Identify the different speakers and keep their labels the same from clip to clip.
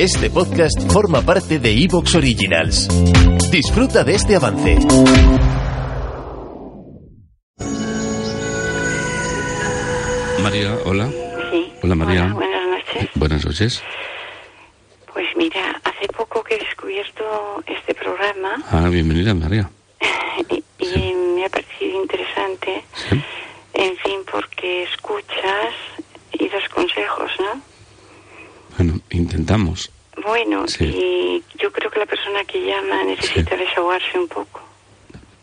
Speaker 1: Este podcast forma parte de Evox Originals. Disfruta de este avance.
Speaker 2: María, hola.
Speaker 3: Sí.
Speaker 2: Hola, María.
Speaker 3: Hola, buenas noches.
Speaker 2: Buenas noches.
Speaker 3: Pues mira, hace poco que he descubierto este programa
Speaker 2: Ah, bienvenida, María.
Speaker 3: y, y me ha parecido interesante,
Speaker 2: Sí.
Speaker 3: en fin, porque escuchas y das consejos, ¿no?
Speaker 2: Bueno, intentamos.
Speaker 3: Bueno,
Speaker 2: Sí.
Speaker 3: y yo creo que la persona que llama necesita desahogarse un poco.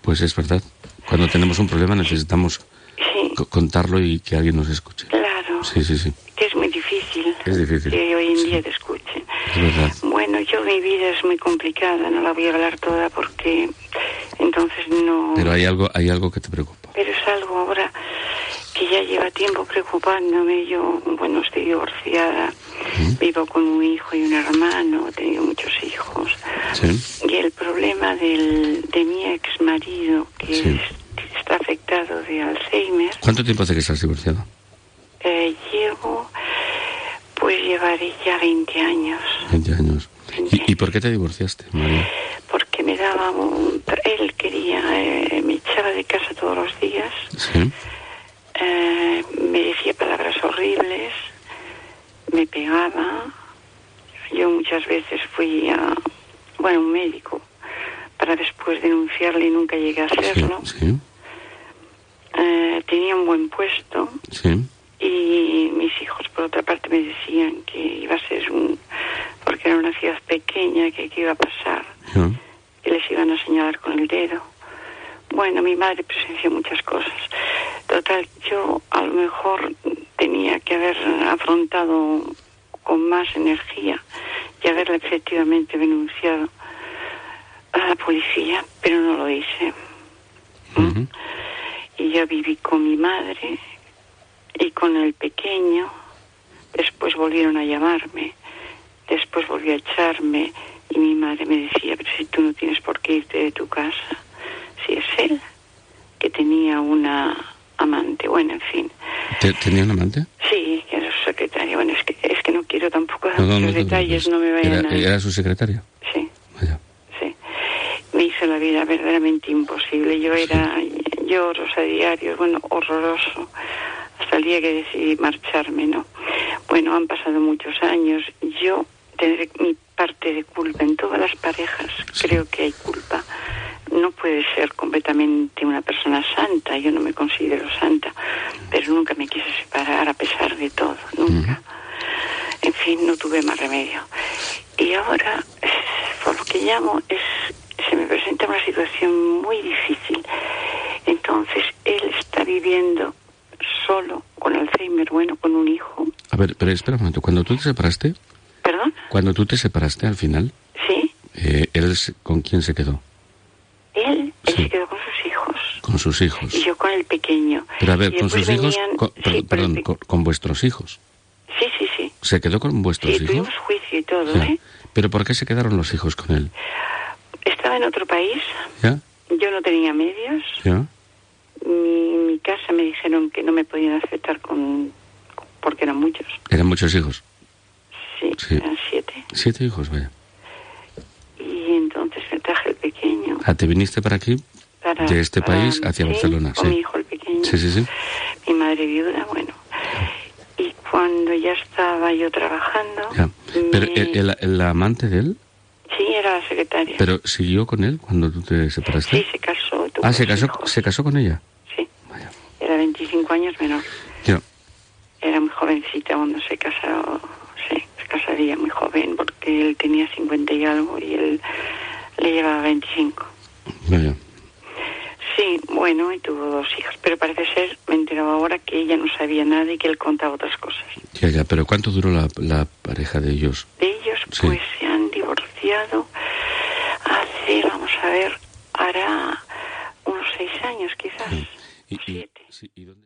Speaker 2: Pues es verdad. Cuando tenemos un problema necesitamos
Speaker 3: Sí,
Speaker 2: co- contarlo y que alguien nos escuche.
Speaker 3: claro,
Speaker 2: Sí, sí, sí.
Speaker 3: que es muy difícil,
Speaker 2: Es difícil,
Speaker 3: que hoy en
Speaker 2: sí.
Speaker 3: día te escuchen.
Speaker 2: Es verdad.
Speaker 3: Bueno, yo mi vida es muy complicada, no la voy a hablar toda porque entonces no...
Speaker 2: Pero hay algo, hay algo que te preocupa.
Speaker 3: Pero es algo ahora que ya lleva tiempo preocupándome. Yo, bueno, estoy divorciada, vivo con un hijo y un hermano, he tenido muchos hijos.
Speaker 2: Sí.
Speaker 3: Y el problema del, de mi ex marido, que,
Speaker 2: Sí.
Speaker 3: es- que está afectado de Alzheimer,
Speaker 2: ¿Cuánto tiempo hace que estás divorciada?
Speaker 3: eh, llevo, pues llevaré ya 20 años,
Speaker 2: 20 años. ¿Y, y por qué te divorciaste, María?
Speaker 3: porque me daba un... tra- Él quería, eh, me echaba de casa todos los días.
Speaker 2: Sí.
Speaker 3: Eh, me decía palabras horribles, me pegaba. Yo muchas veces fui a, bueno, un médico para después denunciarle y nunca llegué a
Speaker 2: Sí.
Speaker 3: hacerlo.
Speaker 2: Sí.
Speaker 3: Eh, tenía un buen puesto
Speaker 2: Sí.
Speaker 3: y mis hijos por otra parte me decían que iba a ser un, porque era una ciudad pequeña, que qué iba a pasar,
Speaker 2: Ya.
Speaker 3: que les iban a señalar con el dedo. Bueno, mi madre presenció muchas cosas. Total, yo a lo mejor tenía que haber afrontado con más energía y haberla efectivamente denunciado a la policía, pero no lo hice.
Speaker 2: Ujú.
Speaker 3: Y ya viví con mi madre y con el pequeño. Después volvieron a llamarme, después volvió a echarme y mi madre me decía, pero si tú no tienes por qué irte de tu casa, si es él que tenía una amante, bueno, en fin.
Speaker 2: ¿Te- ¿Tenía un amante?
Speaker 3: Sí, que era su secretaria, bueno, es que, es que no quiero tampoco dar
Speaker 2: no
Speaker 3: muchos
Speaker 2: te
Speaker 3: detalles,
Speaker 2: preocupes.
Speaker 3: no me vayan
Speaker 2: Era,
Speaker 3: a...
Speaker 2: era su secretaria.
Speaker 3: Sí,
Speaker 2: Vaya.
Speaker 3: sí. Me hizo la vida verdaderamente imposible. Yo era, yo a diario, bueno, horroroso, hasta el día que decidí marcharme, ¿no? Bueno, han pasado muchos años. Yo tendré mi parte de culpa. En todas las parejas creo que hay culpa. No puede ser completamente una persona santa, yo no me considero santa, pero nunca me quise separar a pesar de todo, nunca en fin, no tuve más remedio. Y ahora, por lo que llamo, es, se me presenta una situación muy difícil. Entonces, él está viviendo solo con Alzheimer, bueno, con un hijo.
Speaker 2: A ver, pero espera un momento. Cuando tú te separaste,
Speaker 3: ¿Perdón?
Speaker 2: Cuando tú te separaste al final,
Speaker 3: ¿Sí?
Speaker 2: eh, él se- con quién se quedó?
Speaker 3: Él, él
Speaker 2: Sí.
Speaker 3: se quedó con sus hijos.
Speaker 2: Con sus hijos.
Speaker 3: Y yo con el pequeño.
Speaker 2: Pero a ver,
Speaker 3: Y
Speaker 2: con
Speaker 3: después
Speaker 2: sus hijos,
Speaker 3: venían-
Speaker 2: con-
Speaker 3: sí,
Speaker 2: per-
Speaker 3: por el
Speaker 2: perdón,
Speaker 3: pe-
Speaker 2: con, con vuestros hijos.
Speaker 3: Sí, sí, sí.
Speaker 2: ¿Se quedó con vuestros
Speaker 3: Sí,
Speaker 2: hijos?
Speaker 3: tuvimos juicio y todo,
Speaker 2: Ya.
Speaker 3: ¿eh?
Speaker 2: Pero ¿por qué se quedaron los hijos con él?
Speaker 3: Estaba en otro país,
Speaker 2: ¿Ya?
Speaker 3: yo no tenía medios.
Speaker 2: ¿Ya?
Speaker 3: mi, mi casa me dijeron que no me podían aceptar con porque eran muchos
Speaker 2: Eran muchos hijos.
Speaker 3: sí,
Speaker 2: Sí.
Speaker 3: eran siete
Speaker 2: Siete hijos, vaya.
Speaker 3: y entonces me traje el pequeño
Speaker 2: Ah, te viniste para aquí.
Speaker 3: para,
Speaker 2: de este
Speaker 3: para-
Speaker 2: país hacia
Speaker 3: sí,
Speaker 2: Barcelona,
Speaker 3: con
Speaker 2: sí.
Speaker 3: mi hijo el pequeño
Speaker 2: Sí, sí, sí.
Speaker 3: mi madre viuda bueno y cuando ya estaba yo trabajando
Speaker 2: Ya. Pero
Speaker 3: me-
Speaker 2: el, el- el amante de él,
Speaker 3: sí era la secretaria
Speaker 2: pero siguió con él cuando tú te separaste.
Speaker 3: sí se casó tuvo
Speaker 2: ah, se
Speaker 3: dos
Speaker 2: casó,
Speaker 3: hijos.
Speaker 2: se casó con ella.
Speaker 3: sí
Speaker 2: Vaya.
Speaker 3: era 25 años menor
Speaker 2: Ya.
Speaker 3: era muy jovencita cuando se casó, sí, se casaría muy joven porque él tenía 50 y algo y él le llevaba 25.
Speaker 2: Vaya.
Speaker 3: Sí, Bueno, y tuvo dos hijas, pero parece ser, me enteraba ahora, que ella no sabía nada y que él contaba otras cosas.
Speaker 2: Ya, ya, pero ¿cuánto duró la, la pareja de ellos?
Speaker 3: De ellos,
Speaker 2: Sí.
Speaker 3: pues se han divorciado hace, vamos a ver, hará unos seis años quizás,
Speaker 2: Y-
Speaker 3: o
Speaker 2: y-
Speaker 3: siete.
Speaker 2: sí, ¿y dónde?